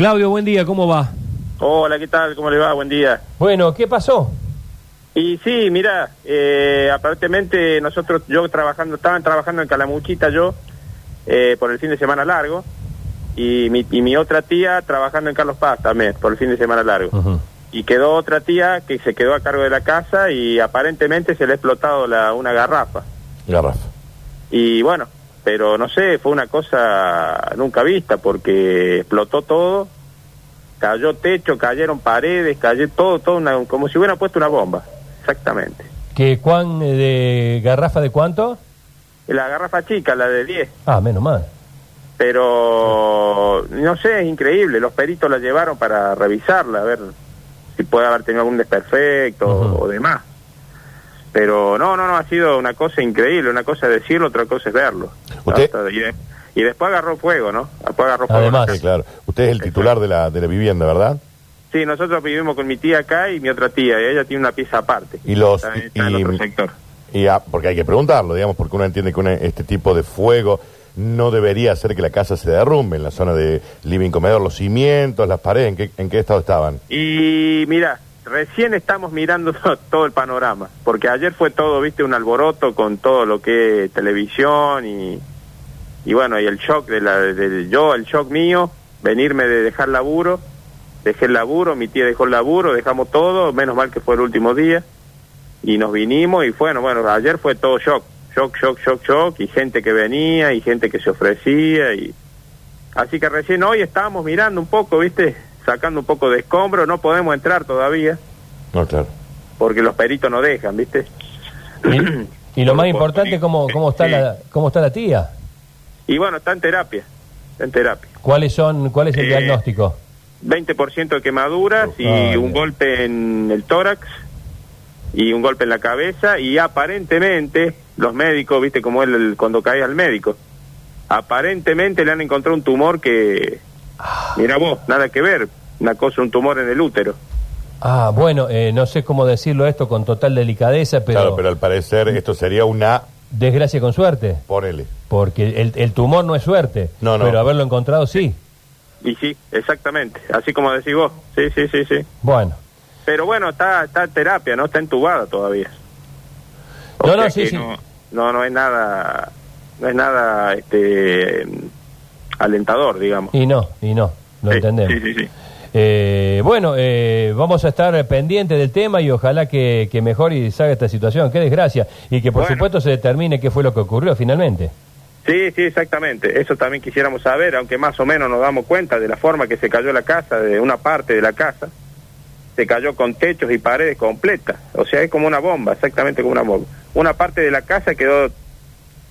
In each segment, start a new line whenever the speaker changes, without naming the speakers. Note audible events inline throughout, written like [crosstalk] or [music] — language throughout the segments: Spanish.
Claudio, buen día, ¿cómo va?
Hola, ¿qué tal? ¿Cómo le va? Buen día.
Bueno, ¿qué pasó?
Y sí, mira, eh, aparentemente nosotros, yo trabajando, estaban trabajando en Calamuchita yo, eh, por el fin de semana largo, y mi, y mi otra tía trabajando en Carlos Paz también, por el fin de semana largo.
Ujú.
Y quedó otra tía que se quedó a cargo de la casa y aparentemente se le ha explotado la, una garrafa.
Garrafa.
Y bueno, pero no sé, fue una cosa nunca vista porque explotó todo, cayó techo, cayeron paredes, cayó todo, todo una- como si hubiera puesto una bomba, exactamente.
¿Qué, cuán, eh, de garrafa de cuánto?
La garrafa chica, la de 10,
Ah, menos
[clears throat]
mal.
pero no sé, es increíble, los peritos la llevaron para revisarla, a ver si puede haber tenido algún desperfecto
Ujú.
o demás. Pero no, no, no, ha sido una cosa increíble, una cosa es decirlo, otra cosa es verlo.
Usted-
Y, de- y después agarró fuego, ¿no? Después agarró fuego.
Además.
la
Sí,
casa.
claro. Usted es el titular de la, de la vivienda, ¿verdad?
Sí, nosotros vivimos con mi tía acá y mi otra tía, y ella tiene una pieza aparte.
Y los-
Está- está en
y-
otro sector.
Y ah, porque hay que preguntarlo, digamos, porque uno entiende que una- este tipo de fuego no debería hacer que la casa se derrumbe en la zona de living comedor, los cimientos, las paredes, ¿en qué, en qué estado estaban?
Y mira, recién estamos mirando [laughs] to- todo el panorama, porque ayer fue todo, viste, un alboroto con todo lo que es televisión y, y bueno, y el shock de la, del yo, el shock mío, venirme de dejar laburo, dejé el laburo, mi tía dejó el laburo, dejamos todo, menos mal que fue el último día, y nos vinimos y bueno, bueno, ayer fue todo shock, shock, shock, shock, shock, y gente que venía, y gente que se ofrecía, y... Así que recién hoy estábamos mirando un poco, ¿viste? Sacando un poco de escombro, no podemos entrar todavía
No, claro.
porque los peritos no dejan, ¿viste?
Y, y lo más importante, ¿cómo, cómo, está
Sí.
la, ¿cómo está la tía?
Y bueno, está en terapia, está en terapia.
¿Cuáles son, ¿Cuál es el
Eh,
diagnóstico?
20% de quemaduras y
Ay.
un golpe en el tórax y un golpe en la cabeza y aparentemente los médicos, ¿viste? Como él cuando cae al médico, aparentemente le han encontrado un tumor que, mira vos, nada que ver, una cosa, un tumor en el útero.
Ah, bueno, eh, no sé cómo decirlo esto con total delicadeza, pero,
claro, pero al parecer esto sería una,
desgracia con suerte,
ponele.
porque el, el tumor no es suerte,
No, no.
pero haberlo encontrado sí.
Y sí, exactamente, así como decís vos, sí, sí, sí, sí.
Bueno.
Pero bueno, está, está en terapia, ¿no? Está entubada todavía. O
No,
sea
no, sí,
que
sí.
No, no, no es nada, no es nada este, alentador, digamos.
Y no, y no, lo
Sí,
entendemos.
Sí, sí, sí.
Eh, bueno, eh, vamos a estar pendientes del tema y ojalá que, que mejore y salga esta situación. Qué desgracia. Y que por
Bueno.
supuesto se determine qué fue lo que ocurrió finalmente.
Sí, sí, exactamente. Eso también quisiéramos saber, aunque más o menos nos damos cuenta de la forma que se cayó la casa, de una parte de la casa. Se cayó con techos y paredes completas. O sea, es como una bomba, exactamente como una bomba. Una parte de la casa quedó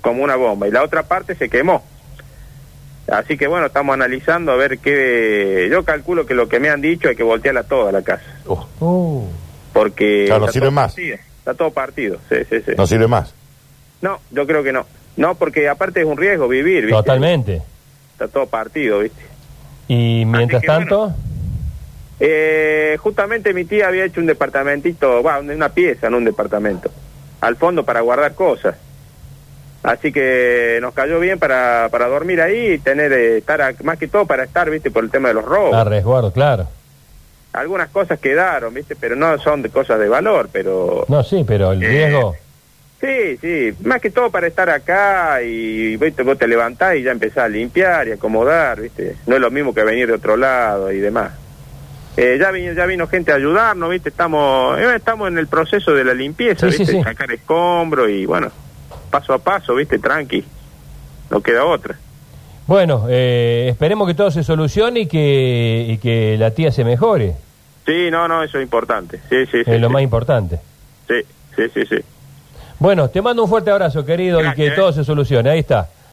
como una bomba y la otra parte se quemó. Así que bueno, estamos analizando a ver qué... Yo calculo que lo que me han dicho es que voltearla toda la casa.
Uf,
Uh. Porque...
Claro, no
está
sirve
todo
más.
partido, Está todo partido, sí, sí, sí.
no sirve más.
No, yo creo que no. No, porque aparte es un riesgo vivir, ¿viste?
Totalmente.
Está todo partido, ¿viste?
Y mientras
que,
tanto,
Eh, justamente mi tía había hecho un departamentito, va, un- una pieza en un departamento, al fondo para guardar cosas. Así que nos cayó bien para, para dormir ahí y tener, eh, estar a- más que todo para estar, viste, por el tema de los robos.
a resguardo, claro.
Algunas cosas quedaron, viste, pero no son de cosas de valor, pero...
No, sí, pero el
Eh,
riesgo.
Sí, sí, más que todo para estar acá y viste, vos te levantás y ya empezás a limpiar y acomodar, viste. No es lo mismo que venir de otro lado y demás. Eh, ya, vino, ya vino gente a ayudarnos, viste, estamos, eh, estamos en el proceso de la limpieza,
Sí, sí,
viste,
sí.
sacar escombro y bueno, paso a paso, viste, tranqui, no queda otra.
Bueno, eh, esperemos que todo se solucione y que, y que la tía se mejore.
Sí, no, no, eso es importante, sí, sí, sí.
es lo
sí.
más importante.
sí, sí, sí, sí.
Bueno, te mando un fuerte abrazo, querido, y
Gracias,
que
eh.
todo se solucione. Ahí está.